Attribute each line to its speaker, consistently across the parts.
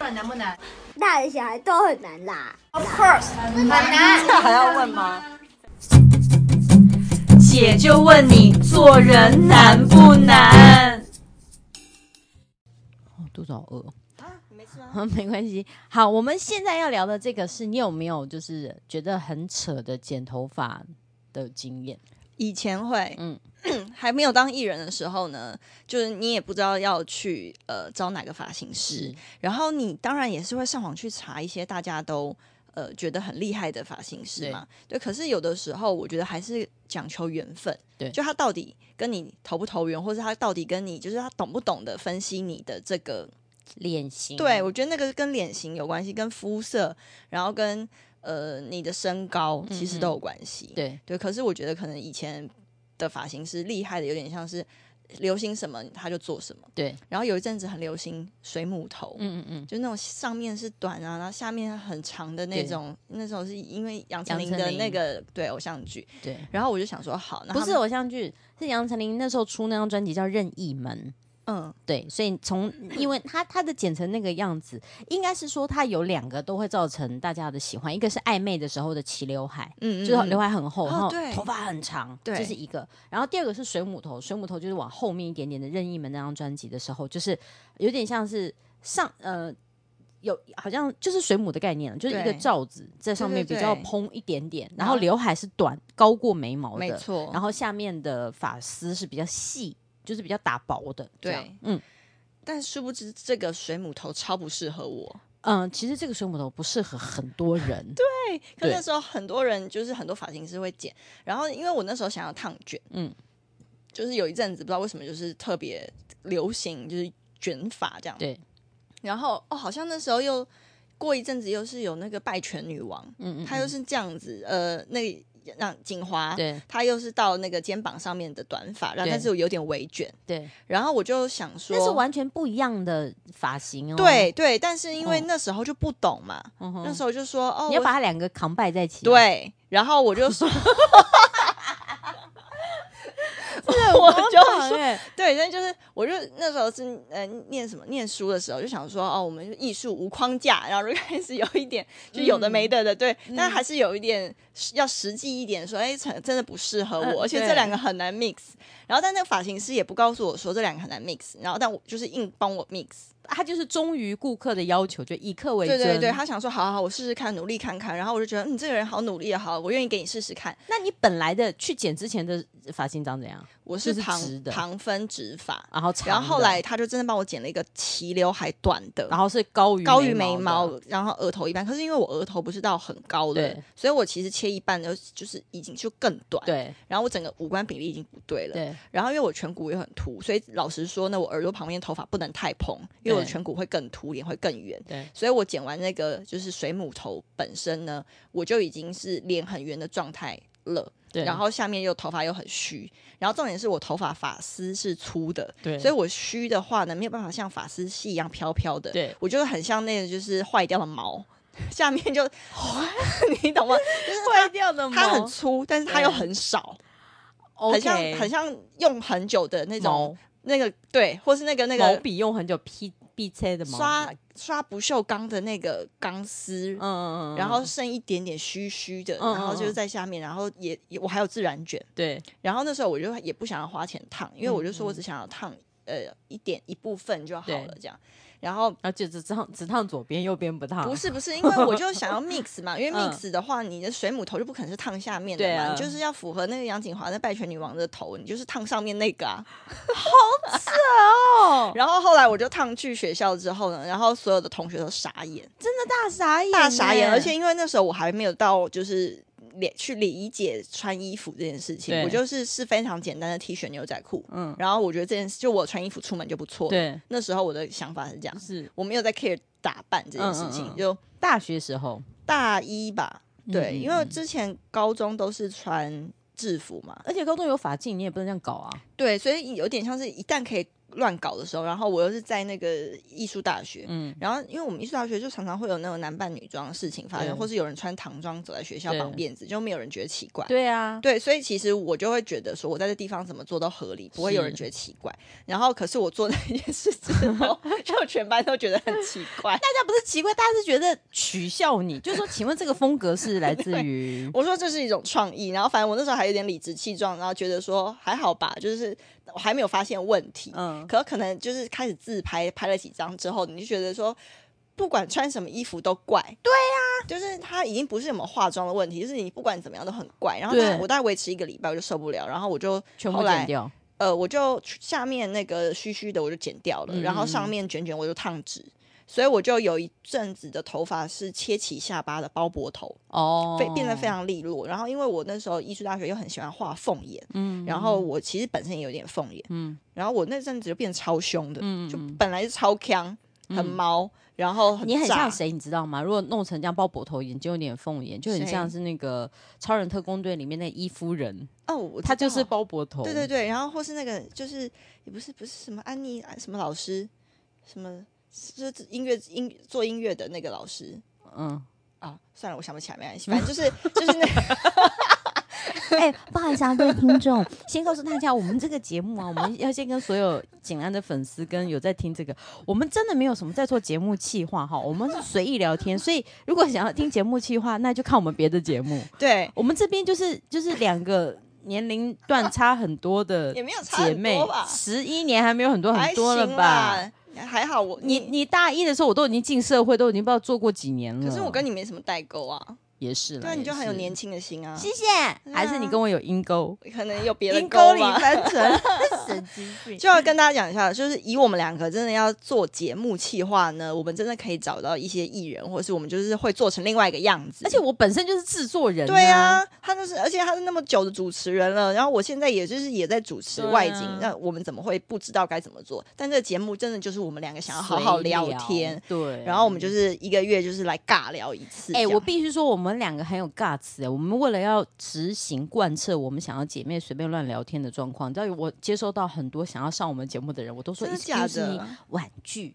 Speaker 1: 难不难
Speaker 2: 大人小孩都很难啦。
Speaker 1: ？Of course，很难。
Speaker 3: 这还要问吗？
Speaker 4: 姐就问你做人难不难？
Speaker 5: 哦肚子好饿。
Speaker 3: 没事啊。
Speaker 5: 没关系，好，我们现在要聊的这个是你有没有就是觉得很扯的剪头发的经验？
Speaker 3: 以前会，
Speaker 5: 嗯
Speaker 3: 嗯， 还没有当艺人的时候呢，就是你也不知道要去呃找哪个发型师，然后你当然也是会上网去查一些大家都呃觉得很厉害的发型师嘛，对。可是有的时候我觉得还是讲求缘分，
Speaker 5: 对
Speaker 3: 就他到底跟你投不投缘，或是他到底跟你就是他懂不懂得分析你的这个
Speaker 5: 脸型，
Speaker 3: 对，我觉得那个跟脸型有关系，跟肤色，然后跟呃你的身高其实都有关系。
Speaker 5: 对
Speaker 3: 对，可是我觉得可能以前的发型师厉害的有点像是流行什么他就做什么。
Speaker 5: 对，
Speaker 3: 然后有一阵子很流行水母头，
Speaker 5: 嗯嗯嗯，
Speaker 3: 就那种上面是短啊，然后下面很长的那
Speaker 5: 对
Speaker 3: 种。那时候是因为杨
Speaker 5: 杨
Speaker 3: 丞琳
Speaker 5: 丞
Speaker 3: 的
Speaker 5: 琳
Speaker 3: 那个对偶像剧，
Speaker 5: 对，
Speaker 3: 然后我就想说好，那
Speaker 5: 不
Speaker 3: 他
Speaker 5: 是
Speaker 3: 们
Speaker 5: 偶像剧，是杨丞琳那时候出那张专辑叫《任意门》。
Speaker 3: 嗯
Speaker 5: 对，所以 从因为他他的剪成那个样子，应该是说他有两个都会造成大家的喜欢，一个是暧昧的时候的齐刘海，
Speaker 3: 嗯嗯
Speaker 5: 就是
Speaker 3: 嗯
Speaker 5: 刘海很厚，
Speaker 3: 哦
Speaker 5: 然后
Speaker 3: 对
Speaker 5: 头发很长，
Speaker 3: 对
Speaker 5: 这是一个。然后第二个是水母头，水母头就是往后面一点点的任意门那张专辑的时候，就是有点像是上呃。有好像就是水母的概念了，就是一个
Speaker 3: 对
Speaker 5: 罩子在上面
Speaker 3: 对
Speaker 5: 比
Speaker 3: 对
Speaker 5: 较
Speaker 3: 对
Speaker 5: 蓬一点点，然
Speaker 3: 然
Speaker 5: 后
Speaker 3: 后
Speaker 5: 刘海是短高过眉毛的，
Speaker 3: 没错
Speaker 5: 然后下面的发丝是比较细，就是比较打薄的，这样
Speaker 3: 对
Speaker 5: 嗯，
Speaker 3: 但殊不知这个水母头超不适合我。
Speaker 5: 嗯，其实这个水母头不适合很多人，对，
Speaker 3: 对，可
Speaker 5: 对
Speaker 3: 那时候很多人就是很多发型师会剪，然后因为我那时候想要烫卷，
Speaker 5: 嗯
Speaker 3: 嗯，就是有一阵子不知道为什么就是特别流行就是卷发这样，
Speaker 5: 对，
Speaker 3: 然后哦好像那时候又过一阵子又是有那个拜权女王，
Speaker 5: 嗯嗯，
Speaker 3: 她又是这样子，呃，那个让锦华，
Speaker 5: 对
Speaker 3: 她又是到那个肩膀上面的短发，然后
Speaker 5: 对
Speaker 3: 但是有点微卷，
Speaker 5: 对，
Speaker 3: 然后我就想说，
Speaker 5: 那是完全不一样的发型哦，
Speaker 3: 对，对，但是因为
Speaker 5: 嗯
Speaker 3: 那时候就不懂嘛，
Speaker 5: 嗯哼
Speaker 3: 那时候就说哦，
Speaker 5: 你要
Speaker 3: 我
Speaker 5: 把它两个扛拜在一起，，啊
Speaker 3: 对，然后我就说， 我就说
Speaker 5: 对，
Speaker 3: 对，但就是我就那时候是呃念什么念书的时候，就想说哦，我们就艺术无框架，然后就开始有一点就有的没的的，对，但还是有一点要实际一点说，哎，真真的不适合
Speaker 5: 嗯
Speaker 3: 我，而且
Speaker 5: 对
Speaker 3: 这两个很难 mix。然后但那个发型师也不告诉我说这两个很难 mix，然后但我就是硬帮我 mix。
Speaker 5: 他就是忠于顾客的要求，就以客为
Speaker 3: 对
Speaker 5: 尊，
Speaker 3: 对对，他想说好好好，我试试看，努力看看。然后我就觉得，嗯，这个人好努力啊，好，我愿意给你试试看。
Speaker 5: 那你本来的去剪之前的发型长怎样？
Speaker 3: 我
Speaker 5: 就是是
Speaker 3: 旁
Speaker 5: 直的
Speaker 3: 旁分直发，
Speaker 5: 然后长的，
Speaker 3: 然后后来他就真的帮我剪了一个齐刘海短的，
Speaker 5: 然后是高于
Speaker 3: 高于眉
Speaker 5: 毛
Speaker 3: 毛
Speaker 5: 的，，
Speaker 3: 然后额头一半。可是因为我额头不是到很高的
Speaker 5: 对，
Speaker 3: 所以我其实切一半的，就是已经就更短。，
Speaker 5: 对
Speaker 3: 然后我整个五官比例已经不对了。
Speaker 5: 对
Speaker 3: 然后因为我颧骨也很凸，所以老实说呢，我耳朵旁边头发不能太蓬，因为我的
Speaker 5: 对
Speaker 3: 颧骨会更凸，脸会更圆。
Speaker 5: 对，
Speaker 3: 所以我剪完那个就是水母头本身呢，我就已经是脸很圆的状态了。
Speaker 5: 对
Speaker 3: 然后下面又头发又很虚，然后重点是我头发发丝是粗的，
Speaker 5: 对
Speaker 3: 所以我虚的话呢，没有办法像发丝系一样飘飘的，
Speaker 5: 对
Speaker 3: 我就是很像那个就是坏掉的毛，下面就， 你懂 吗？
Speaker 5: 坏掉的
Speaker 3: 它很粗，但是它又很少，很像很像用很久的那种
Speaker 5: 毛
Speaker 3: 那个对，或是那个那
Speaker 5: 毛
Speaker 3: 个
Speaker 5: 笔用很久 P B C 的毛笔，
Speaker 3: 刷刷不锈钢的那个钢丝
Speaker 5: 嗯，嗯嗯，
Speaker 3: 然后剩一点点虚虚的，
Speaker 5: 嗯
Speaker 3: 然后就
Speaker 5: 嗯
Speaker 3: 是
Speaker 5: 嗯
Speaker 3: 在下面，然后也也我还有自然卷，
Speaker 5: 对嗯
Speaker 3: 然后那时候我就也不想要花钱烫，因为我就说我只想要烫呃一点一部分就好了
Speaker 5: 对
Speaker 3: 这样，然后。
Speaker 5: 然后就只烫只烫左边，右边不烫。
Speaker 3: 不是不是，因为我就想要 mix 嘛，因为
Speaker 5: 啊嗯
Speaker 3: mix 的话，你的水母头就不可能是烫下面的
Speaker 5: 对
Speaker 3: 嘛，
Speaker 5: 啊
Speaker 3: 你就是要符合那个杨锦华那拜权女王的头，你就是烫上面那 个啊。
Speaker 5: 哦，
Speaker 3: 然后后来我就烫去学校之后呢，然后所有的同学都傻眼，
Speaker 5: 大傻眼，
Speaker 3: 大傻眼，而且因为那时候我还没有到就是理去理解穿衣服这件事情
Speaker 5: 对，
Speaker 3: 我就是是非常简单的 T 恤牛仔裤，
Speaker 5: 嗯
Speaker 3: 嗯，然后我觉得这件事就我穿衣服出门就不错，，
Speaker 5: 对
Speaker 3: 那时候我的想法是这样，
Speaker 5: 是
Speaker 3: 我没有在 care 打扮这件事情，
Speaker 5: 嗯嗯嗯
Speaker 3: 就
Speaker 5: 大学时候，
Speaker 3: 大一吧，对，
Speaker 5: 嗯
Speaker 3: 因为之前高中都是穿制服嘛，
Speaker 5: 而且高中有法镜，你也不能这样搞啊。
Speaker 3: 对，所以有点像是一旦可以乱搞的时候，然后我又是在那个艺术大学，
Speaker 5: 嗯，
Speaker 3: 然后因为我们艺术大学就常常会有那种男扮女装的事情发
Speaker 5: 对
Speaker 3: 生，或是有人穿唐装走在学校
Speaker 5: 对
Speaker 3: 绑辫子，就没有人觉得奇怪。
Speaker 5: 对啊，
Speaker 3: 对，所以其实我就会觉得说，我在这地方怎么做都合理，不会有人
Speaker 5: 是
Speaker 3: 觉得奇怪。然后，可是我做那件事之后， 就全班都觉得很奇怪。
Speaker 5: 大家不是奇怪，大家是觉得取笑你，就是说，请问这个风格是来自于
Speaker 3: 我说这是一种创意，然后反正我那时候还有点理直气壮，然后觉得说还好吧，就是我还没有发现问题。
Speaker 5: 嗯
Speaker 3: 可可能就是开始自拍，拍了几张之后，你就觉得说，不管穿什么衣服都怪。对呀、就是它已经不是什么化妆的问题，就是你不管怎么样都很怪。然后
Speaker 5: 对
Speaker 3: 大概我大概维持一个礼拜，我就受不了，然后我就
Speaker 5: 全部
Speaker 3: 后来
Speaker 5: 剪掉，
Speaker 3: 呃，我就下面那个须须的我就剪掉了，
Speaker 5: 嗯
Speaker 3: 然后上面卷卷我就烫直。所以我就有一阵子的头发是切起下巴的包脖头，
Speaker 5: 哦，
Speaker 3: 非变得非常利落。然后因为我那时候艺术大学又很喜欢画凤眼，
Speaker 5: 嗯，
Speaker 3: 然后我其实本身也有点凤眼，
Speaker 5: 嗯
Speaker 3: 然后我那阵子就变超凶的，
Speaker 5: 嗯
Speaker 3: 就
Speaker 5: 嗯
Speaker 3: 本来是超强，很毛，然后很
Speaker 5: 你很
Speaker 3: 炸
Speaker 5: 像谁，你知道吗？如果弄成这样包脖头，眼睛有点凤眼，就很
Speaker 3: 谁
Speaker 5: 像是那个超人特工队里面那伊夫人，
Speaker 3: 哦，我知
Speaker 5: 她就是
Speaker 3: 道
Speaker 5: 包脖头，
Speaker 3: 对对对，然后或是那个就是也不是不是什么安妮啊什么老师，什么就是音乐音做音乐的那个老师
Speaker 5: 嗯，
Speaker 3: 啊，算了，我想不起来，没关系，反正就是就是那个
Speaker 5: 哎、不好意思啊，各位听众，先告诉大家，我们这个节目啊，我们要先跟所有景安的粉丝跟有在听这个，我们真的没有什么在做节目企划哈，我们是随意聊天，所以如果想要听节目企划，那就看我们别的节目。
Speaker 3: 对。
Speaker 5: 我们这边就是就是两个年龄段差很多的
Speaker 3: 也没有差
Speaker 5: 姐
Speaker 3: 很
Speaker 5: 妹
Speaker 3: 多吧，
Speaker 5: 十一年还没有很多，
Speaker 3: 还
Speaker 5: 很多了
Speaker 3: 行
Speaker 5: 吧？
Speaker 3: 啦？还好我
Speaker 5: 你你大一的时候，我都已经进社会，都已经不知道做过几年了。
Speaker 3: 可是我跟你没什么代沟啊，
Speaker 5: 也嗯是了，
Speaker 3: 对啊，你就很有
Speaker 5: 也是
Speaker 3: 年。轻的心啊，
Speaker 5: 谢谢，还是你跟我有阴沟？
Speaker 3: 可能有别的
Speaker 5: 阴沟里
Speaker 3: 吧。
Speaker 5: 翻船，神经病。
Speaker 3: 就要跟大家讲一下，就是以我们两个真的要做节目企划呢，我们真的可以找到一些艺人，或是我们就是会做成另外一个样子。
Speaker 5: 而且我本身就是制作人、
Speaker 3: 对，啊，他就是，而且他是那么久的主持人了，然后我现在也就是也在主持
Speaker 5: 对啊
Speaker 3: 外景，那我们怎么会不知道该怎么做？但这个节目真的就是我们两个想要好好聊天，，
Speaker 5: 对。
Speaker 3: 然后我们就是一个月就是来尬聊一次这
Speaker 5: 哎、
Speaker 3: 样。
Speaker 5: 我必须说，我们两个很有 guts 哎、我们为了要执行贯彻我们想要姐妹随便乱聊天的状况，你知道我接收到很多想要上我们节目的人，我都说
Speaker 3: 真的假
Speaker 5: excuse me，
Speaker 3: 的？
Speaker 5: 婉拒，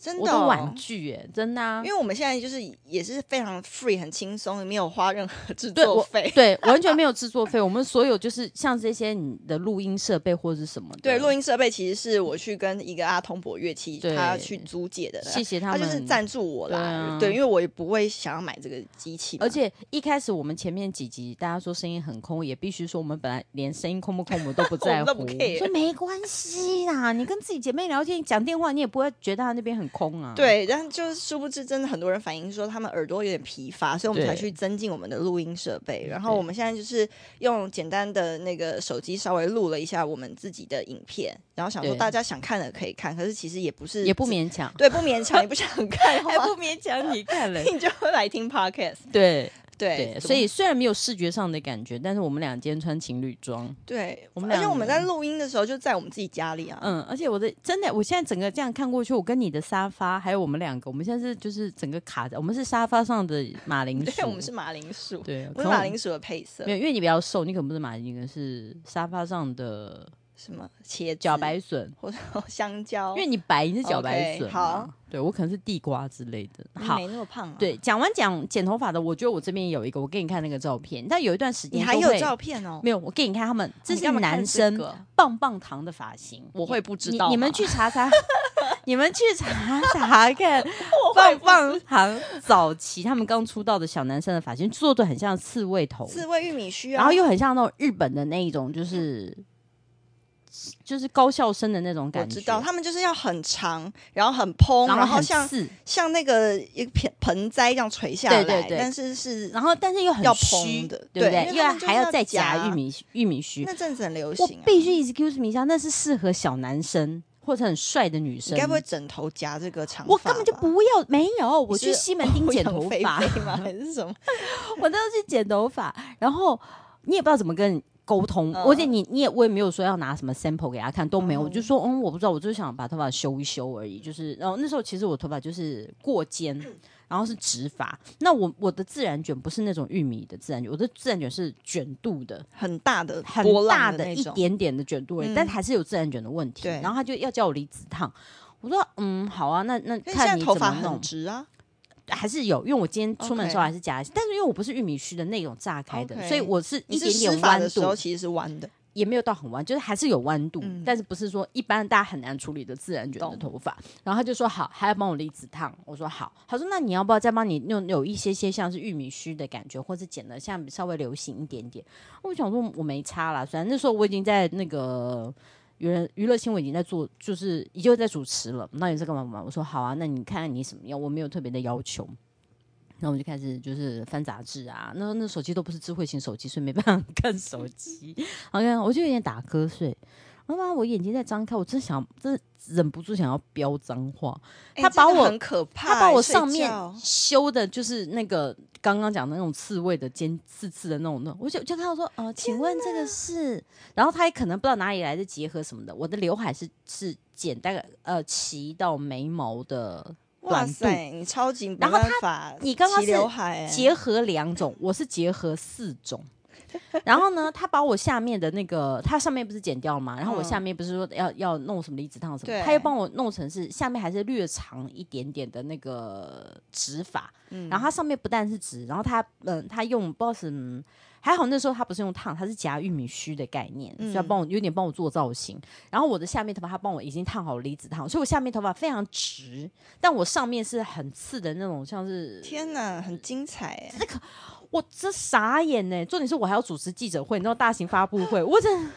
Speaker 3: 真
Speaker 5: 我
Speaker 3: 的
Speaker 5: 都
Speaker 3: 哦、
Speaker 5: 婉拒哎、真的、啊
Speaker 3: 因。为我们现在就是也是非常 free 很轻松，没有花任何制
Speaker 5: 对
Speaker 3: 作
Speaker 5: 我
Speaker 3: 费。
Speaker 5: 对，完全没有制作费。我们所有就是像这些你的录音设备或者是什么的，
Speaker 3: 对，录音设备其实是我去跟一个阿通博乐器
Speaker 5: 对
Speaker 3: 他去租借的啦，
Speaker 5: 谢谢他
Speaker 3: 他
Speaker 5: 们，
Speaker 3: 就是赞助我啦，
Speaker 5: 对啊
Speaker 3: 对，因为我也不会想要买这个机器嘛，
Speaker 5: 而且一开始我们前面几集大家说声音很空，也必须说我们本来连声音空不空我们都不在
Speaker 3: 我们
Speaker 5: 乎，
Speaker 3: 都不 care
Speaker 5: 说没关系啦，你跟自己姐妹聊天讲电话，你也不会觉得她那边很空啊。，
Speaker 3: 对，但就是殊不知，真的很多人反映说他们耳朵有点疲乏，所以我们
Speaker 5: 对
Speaker 3: 才去增进我们的录音设备。然后我们现在就是用简单的那个手机稍微录了一下我们自己的影片，然后想说
Speaker 5: 对
Speaker 3: 大家想看的可以看，可是其实也不是
Speaker 5: 也不
Speaker 3: 自
Speaker 5: 勉哎强，
Speaker 3: 对不勉强，你不想看 的话，
Speaker 5: 勉强你看了
Speaker 3: 你就来听 podcast。
Speaker 5: 对
Speaker 3: 对
Speaker 5: 对，所以虽然没有视觉上的感觉，但是我们俩今天穿情侣装，
Speaker 3: 对，
Speaker 5: 我们
Speaker 3: 而且
Speaker 5: 两
Speaker 3: 我们
Speaker 5: 个
Speaker 3: 在录音的时候就在我们自己家里啊，
Speaker 5: 嗯，而且我的真的，我现在整个这样看过去，我跟你的沙发，还有我们两个，我们现在是就是整个卡在，我们是沙发上的马铃薯，
Speaker 3: 对，我们是马铃薯，
Speaker 5: 对，
Speaker 3: 我是马铃薯的配色
Speaker 5: 没，有，因为你比较瘦，你可能不是马铃薯，是沙发上的
Speaker 3: 什么茄子
Speaker 5: 茭白笋，
Speaker 3: 或者香蕉，
Speaker 5: 因为你白，你是茭白笋
Speaker 3: 哦 OK，
Speaker 5: 嘛、
Speaker 3: 好
Speaker 5: 对我可能是地瓜之类的。
Speaker 3: 你
Speaker 5: 好
Speaker 3: 没，那么胖啊。
Speaker 5: 对，讲完讲剪头发的，我觉得我这边有一个，我给你看那个照片，但有一段时间
Speaker 3: 你还
Speaker 5: 都
Speaker 3: 有
Speaker 5: 会
Speaker 3: 照片哦，
Speaker 5: 没有？我给你看他们，这
Speaker 3: 你
Speaker 5: 是
Speaker 3: 干嘛看
Speaker 5: 男生
Speaker 3: 这个
Speaker 5: 棒棒糖的发型，
Speaker 3: 我会不知
Speaker 5: 你
Speaker 3: 道
Speaker 5: 你们
Speaker 3: 吗
Speaker 5: 去 查查，你们去查查看
Speaker 3: 会
Speaker 5: 棒
Speaker 3: 不
Speaker 5: 棒糖早期他们刚出道的小男生的发型，做的很像刺猬头，
Speaker 3: 刺猬玉米须啊，
Speaker 5: 然后又很像那种日本的那一种，就是就是高校生的那种
Speaker 3: 我
Speaker 5: 感觉。
Speaker 3: 知道他们就是要很长，然后很蓬，
Speaker 5: 然后
Speaker 3: 然后
Speaker 5: 很
Speaker 3: 像
Speaker 5: 刺，
Speaker 3: 像那个一个盆盆栽这样垂下来，
Speaker 5: 对对对
Speaker 3: 但是是
Speaker 5: 然后但是又很
Speaker 3: 要
Speaker 5: 虚
Speaker 3: 蓬的
Speaker 5: 对
Speaker 3: 对
Speaker 5: 不对？
Speaker 3: 因为
Speaker 5: 因
Speaker 3: 他们就是
Speaker 5: 还
Speaker 3: 要
Speaker 5: 再
Speaker 3: 夹
Speaker 5: 玉米玉米须。
Speaker 3: 那阵子很流
Speaker 5: 我
Speaker 3: 行啊。
Speaker 5: 必须 excuse me 一下，那是适合小男生或者很帅的女
Speaker 3: 你
Speaker 5: 生。
Speaker 3: 该不会枕头夹这个长发吧？
Speaker 5: 我根本就不要，没有，我
Speaker 3: 你
Speaker 5: 去
Speaker 3: 是
Speaker 5: 西门町
Speaker 3: 欧
Speaker 5: 剪
Speaker 3: 阳
Speaker 5: 头
Speaker 3: 菲
Speaker 5: 发，
Speaker 3: 菲吗？还是什么？
Speaker 5: 我都是去剪头发，然后你也不知道怎么跟沟通，
Speaker 3: 嗯
Speaker 5: 而且你你也我也没有说要拿什么 sample 给他看，都没
Speaker 3: 嗯
Speaker 5: 有，我就说嗯，我不知道，我就是想把头发修一修而已，就是然后那时候其实我头发就是过 肩。然后是直发，那我我的自然卷不是那种玉米的自然卷，我的自然卷是卷度的，
Speaker 3: 很大的
Speaker 5: 很
Speaker 3: 波
Speaker 5: 大
Speaker 3: 浪
Speaker 5: 的
Speaker 3: 那
Speaker 5: 一
Speaker 3: 种，
Speaker 5: 点点的卷度而已，
Speaker 3: 嗯
Speaker 5: 但还是有自然卷的问题。
Speaker 3: 对
Speaker 5: 然后他就要叫我离子烫，我说嗯好啊，那那
Speaker 3: 因为现在
Speaker 5: 看你
Speaker 3: 头
Speaker 5: 怎
Speaker 3: 发
Speaker 5: 么
Speaker 3: 很
Speaker 5: 弄，
Speaker 3: 直啊，
Speaker 5: 还是有，因为我今天出门的时候
Speaker 3: OK
Speaker 5: 还是夹，但是因为我不是玉米须的那种炸开的
Speaker 3: OK
Speaker 5: 所以我是
Speaker 3: 你
Speaker 5: 一
Speaker 3: 是
Speaker 5: 点
Speaker 3: 湿
Speaker 5: 点
Speaker 3: 发的
Speaker 5: 弯
Speaker 3: 时
Speaker 5: 度，
Speaker 3: 候其实是弯的，
Speaker 5: 也没有到很弯，就是还是有弯度，
Speaker 3: 嗯
Speaker 5: 但是不是说一般大家很难处理的自然卷的
Speaker 3: 懂
Speaker 5: 头发。然后他就说好，还要帮我离子烫，我说好。他说那你要不要再帮你弄有一些些像是玉米须的感觉，或是剪的像稍微流行一点点？我想说我没差啦，虽然那时候我已经在那个。娱乐娱乐新闻已经在做，就是已经在主持了。那你在干嘛嘛？我说好啊，那你看看你什么样，我没有特别的要求。然后我就开始就是翻杂志啊，那那手机都不是智慧型手机，所以没办法看手机。好像我就有点打瞌睡，妈妈，我眼睛在张开，我真想，真忍不住想要飙脏话。
Speaker 3: 哎
Speaker 5: 他
Speaker 3: 这
Speaker 5: 把
Speaker 3: 个
Speaker 5: 我
Speaker 3: 很可怕欸，
Speaker 5: 他把我
Speaker 3: 睡
Speaker 5: 上面
Speaker 3: 觉
Speaker 5: 修的就是那个刚刚讲的那种刺猬的尖刺刺的那种那种，我就就看到说，呃，请问这个是，然后他也可能不知道哪里来的结合什么的，我的刘海是是剪大概呃齐到眉毛的
Speaker 3: 哇
Speaker 5: 短度
Speaker 3: 塞，你超级没
Speaker 5: 然后
Speaker 3: 办法
Speaker 5: 你刚刚
Speaker 3: 齐
Speaker 5: 是
Speaker 3: 刘海欸
Speaker 5: 结合两种，我是结合四种。然后呢，他把我下面的那个，他上面不是剪掉了吗？然后我
Speaker 3: 嗯
Speaker 5: 下面不是说要要弄什么离子烫什么，
Speaker 3: 对
Speaker 5: 他又帮我弄成是下面还是略长一点点的那个直发，
Speaker 3: 嗯
Speaker 5: 然后它上面不但是直，然后它嗯，它用不知道是嗯还好那时候它不是用烫，它是夹玉米须的概念，所以它
Speaker 3: 嗯
Speaker 5: 帮我有点帮我做造型。然后我的下面头发它帮我已经烫好离子烫，所以我下面头发非常直，但我上面是很刺的那种，像是
Speaker 3: 天哪，很精彩哎！
Speaker 5: 我这傻眼呢、欸重点是我还要主持记者会，你知道大型发布 会，我真的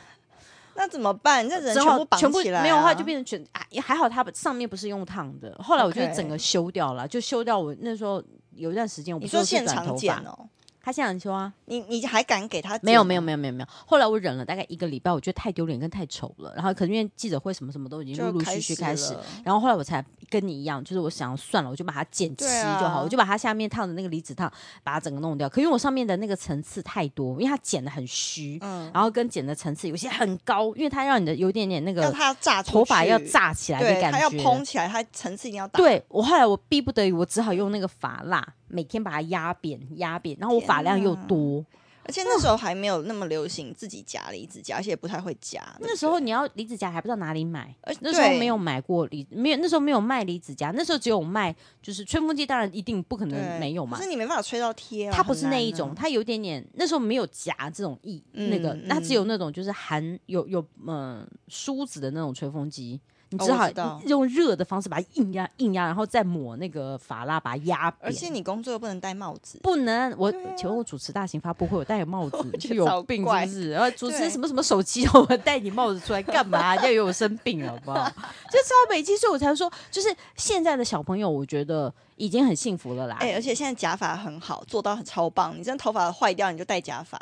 Speaker 3: 那怎么办？这人
Speaker 5: 只好
Speaker 3: 部绑
Speaker 5: 全部
Speaker 3: 起来啊，
Speaker 5: 没有，后来就变成全啊，也还好它上面不是用烫的，后来我就
Speaker 3: OK
Speaker 5: 整个修掉了，就修掉我那时候有一段时间我不
Speaker 3: 你
Speaker 5: 是都
Speaker 3: 说
Speaker 5: 是
Speaker 3: 现
Speaker 5: 短
Speaker 3: 场
Speaker 5: 头
Speaker 3: 剪
Speaker 5: 发，
Speaker 3: 哦，
Speaker 5: 他现场修啊，
Speaker 3: 你你还敢给他剪？
Speaker 5: 没有没有没有没有没有，后来我忍了大概一个礼拜，我觉得太丢脸跟太丑了，然后可能因为记者会什么什么都已经
Speaker 3: 哦就
Speaker 5: 陆陆续续开始，
Speaker 3: 了
Speaker 5: 然后后来我才跟你一样，就是我想算了，我就把它剪齐
Speaker 3: 对啊
Speaker 5: 就好，我就把它下面烫的那个离子烫把它整个弄掉。可因为我上面的那个层次太多，因为它剪的很虚，
Speaker 3: 嗯，
Speaker 5: 然后跟剪的层次有些很高，因为它让你的有一点点那
Speaker 3: 要
Speaker 5: 个
Speaker 3: 他炸出
Speaker 5: 头发要
Speaker 3: 去，
Speaker 5: 炸起来的
Speaker 3: 对，
Speaker 5: 感
Speaker 3: 他
Speaker 5: 觉。
Speaker 3: 要蓬起来，他层次一定要大。
Speaker 5: 对我后来我逼不得已，我只好用那个发蜡，每天把它压扁压扁，然后我
Speaker 3: 天
Speaker 5: 发量又
Speaker 3: 哪
Speaker 5: 多。
Speaker 3: 而且那
Speaker 5: 嗯
Speaker 3: 时候还没有那么流行自己夹离子夹，而且也不太会夹。对不
Speaker 5: 那时候你要离子夹还不知道哪里买，
Speaker 3: 而
Speaker 5: 那时候
Speaker 3: 对
Speaker 5: 没有买过离，没有那时候没有卖离子夹，那时候只有卖就是吹风机，当然一定不可
Speaker 3: 对
Speaker 5: 能没有嘛
Speaker 3: 可是。你没办法吹到贴啊，
Speaker 5: 它不是那一
Speaker 3: 很难
Speaker 5: 种，
Speaker 3: 啊。
Speaker 5: 它有点点那时候没有夹这种意、
Speaker 3: 嗯
Speaker 5: 那个，
Speaker 3: 嗯
Speaker 5: 它只有那种就是含有有嗯、梳子的那种吹风机，你
Speaker 3: 哦
Speaker 5: 只
Speaker 3: 我
Speaker 5: 好
Speaker 3: 知道
Speaker 5: 用热的方式把它硬压硬压，然后再抹那个发蜡把它压
Speaker 3: 而且
Speaker 5: 扁。
Speaker 3: 你工作又不能戴帽子，
Speaker 5: 不能，我、
Speaker 3: 对啊
Speaker 5: 请问我主持大型发布会，我戴个帽
Speaker 3: 我
Speaker 5: 子
Speaker 3: 觉
Speaker 5: 是
Speaker 3: 得
Speaker 5: 有
Speaker 3: 超
Speaker 5: 病是
Speaker 3: 怪
Speaker 5: 不是？然后呃主持
Speaker 3: 对
Speaker 5: 什么什么手机， 我戴你帽子出来干嘛？要以为我生病了好不好？ 就超北京，所以我才说，就是现在的小朋友，我觉得已经很幸福了啦。
Speaker 3: 哎、而且现在假发很好，做到很超棒。你真的头发坏掉，你就戴假发。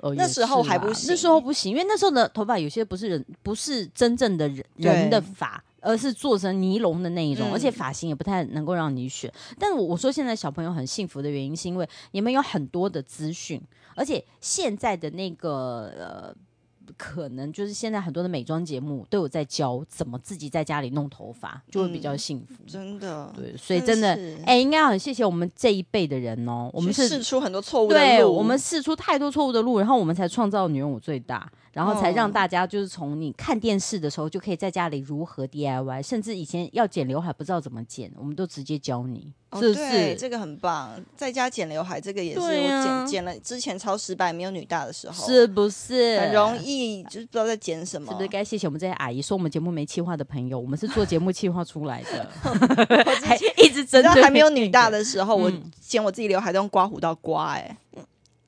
Speaker 5: 哦
Speaker 3: 那
Speaker 5: 也
Speaker 3: 时候
Speaker 5: 是
Speaker 3: 还
Speaker 5: 啦
Speaker 3: 不
Speaker 5: 那
Speaker 3: 行
Speaker 5: 时候不行，因为那时候的头发有些不是人，不是真正的人人的
Speaker 3: 对
Speaker 5: 发，而是做成尼龙的那一种，而且
Speaker 3: 嗯
Speaker 5: 发型也不太能够让你选。但我我说现在小朋友很幸福的原因，是因为你们有很多的资讯，而且现在的那个呃。可能就是现在很多的美妆节目都有在教怎么自己在家里弄头发，就会比较
Speaker 3: 嗯
Speaker 5: 幸福。
Speaker 3: 真的，
Speaker 5: 对，所以真的，
Speaker 3: 是
Speaker 5: 哎、应该很谢谢我们这一辈的人哦，我们
Speaker 3: 去
Speaker 5: 是
Speaker 3: 试出很多错误的
Speaker 5: 对
Speaker 3: 路，
Speaker 5: 我们试出太多错误的路，然后我们才创造“女人我最大”，然后才让
Speaker 3: 嗯
Speaker 5: 大家就是从你看电视的时候就可以在家里如何 DIY，甚至以前要剪刘海不知道怎么剪，我们都直接教你，
Speaker 3: 哦
Speaker 5: 是不
Speaker 3: 对
Speaker 5: 是？
Speaker 3: 这个很棒，在家剪刘海这个也是我
Speaker 5: 对
Speaker 3: 剪、
Speaker 5: 啊
Speaker 3: 剪了之前超失败，没有女大的时候，
Speaker 5: 是不是
Speaker 3: 很容？易就是不知道在剪什么，
Speaker 5: 是不是该谢谢我们这些阿姨，说我们节目没企划的朋友，我们是做节目企划出来 的，还一直针
Speaker 3: 你知
Speaker 5: 对
Speaker 3: 道还没有
Speaker 5: 那
Speaker 3: 女
Speaker 5: 个
Speaker 3: 大，的时候，我
Speaker 5: 嗯
Speaker 3: 剪我自己刘海都用刮胡刀刮、欸，哎，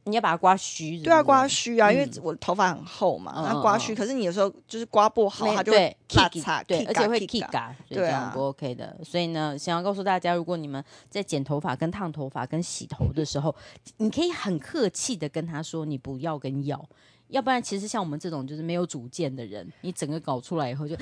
Speaker 5: 你要把它刮虚是不是，
Speaker 3: 对啊，刮须啊，因为
Speaker 5: 嗯
Speaker 3: 我头发很厚嘛，
Speaker 5: 嗯
Speaker 3: 那刮
Speaker 5: 嗯
Speaker 3: 须，
Speaker 5: 嗯
Speaker 3: 可是你有时候就是刮不好，
Speaker 5: 没
Speaker 3: 它就
Speaker 5: 对
Speaker 3: 会拉
Speaker 5: kick
Speaker 3: 擦，
Speaker 5: 对，
Speaker 3: kick
Speaker 5: 而且会
Speaker 3: kick 啊
Speaker 5: kick 啊，所以
Speaker 3: 对
Speaker 5: 这
Speaker 3: 啊
Speaker 5: 样不 OK 的。所以呢，想要告诉大家，如果你们在剪头发、跟烫头发、跟洗头的时候，你可以很客气的跟他说你不要跟要，要不然其实像我们这种就是没有主见的人，你整个搞出来以后就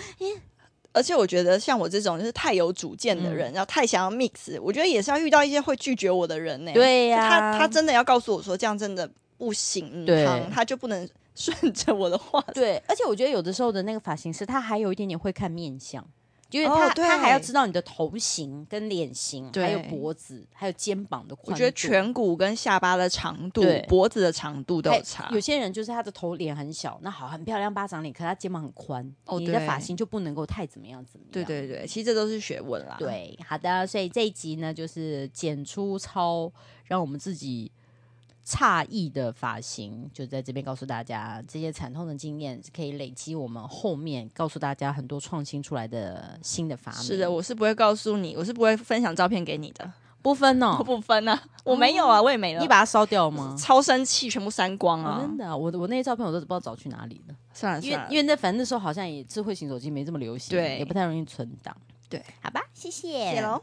Speaker 3: 而且我觉得像我这种就是太有主见
Speaker 5: 嗯
Speaker 3: 的人，然后太想要 mix，我觉得也是要遇到一些会拒绝我的人呢、
Speaker 5: 对
Speaker 3: 就
Speaker 5: 呀、
Speaker 3: 他他真的要告诉我说这样真的不行，嗯
Speaker 5: 对
Speaker 3: 汤他就不能 顺着我的话，
Speaker 5: 对，而且我觉得有的时候的那个发型师，他还有一点点会看面相，因为
Speaker 3: 哦
Speaker 5: 他、
Speaker 3: 对
Speaker 5: 他还要知道你的头型、跟脸型，
Speaker 3: 对
Speaker 5: 还有脖子，还有肩膀的宽度。
Speaker 3: 我觉得颧骨跟下巴的长度
Speaker 5: 对、
Speaker 3: 脖子的长度都
Speaker 5: 还
Speaker 3: 有差。
Speaker 5: 哎有些人就是他的头脸很小，那好很漂亮巴掌脸，可他肩膀很宽，
Speaker 3: 哦
Speaker 5: 你的
Speaker 3: 对
Speaker 5: 发型就不能够太怎么样怎么样。
Speaker 3: 对对对，其实这都是学问啦。，
Speaker 5: 啊对，好的，所以这一集呢，就是剪出超让我们自己诧异的发型，就在这边告诉大家，这些惨痛的经验是可以累积我们后面告诉大家很多创新出来的新的发明。
Speaker 3: 是的，我是不会告诉你，我是不会分享照片给你的，
Speaker 5: 不分
Speaker 3: 我
Speaker 5: 哦，
Speaker 3: 不分啊，我没有啊，我也没了。
Speaker 5: 你把它烧掉吗？
Speaker 3: 超生气，全部删光
Speaker 5: 哦
Speaker 3: 啊！
Speaker 5: 真的啊、我的我那些照片我都不知道找去哪里了，
Speaker 3: 算了
Speaker 5: 因为
Speaker 3: 算了，
Speaker 5: 因为那反正那时候好像也智慧型手机没这么流行，
Speaker 3: 对
Speaker 5: 也不太容易存档，
Speaker 3: 对，
Speaker 5: 好吧，
Speaker 2: 谢谢
Speaker 3: 谢喽。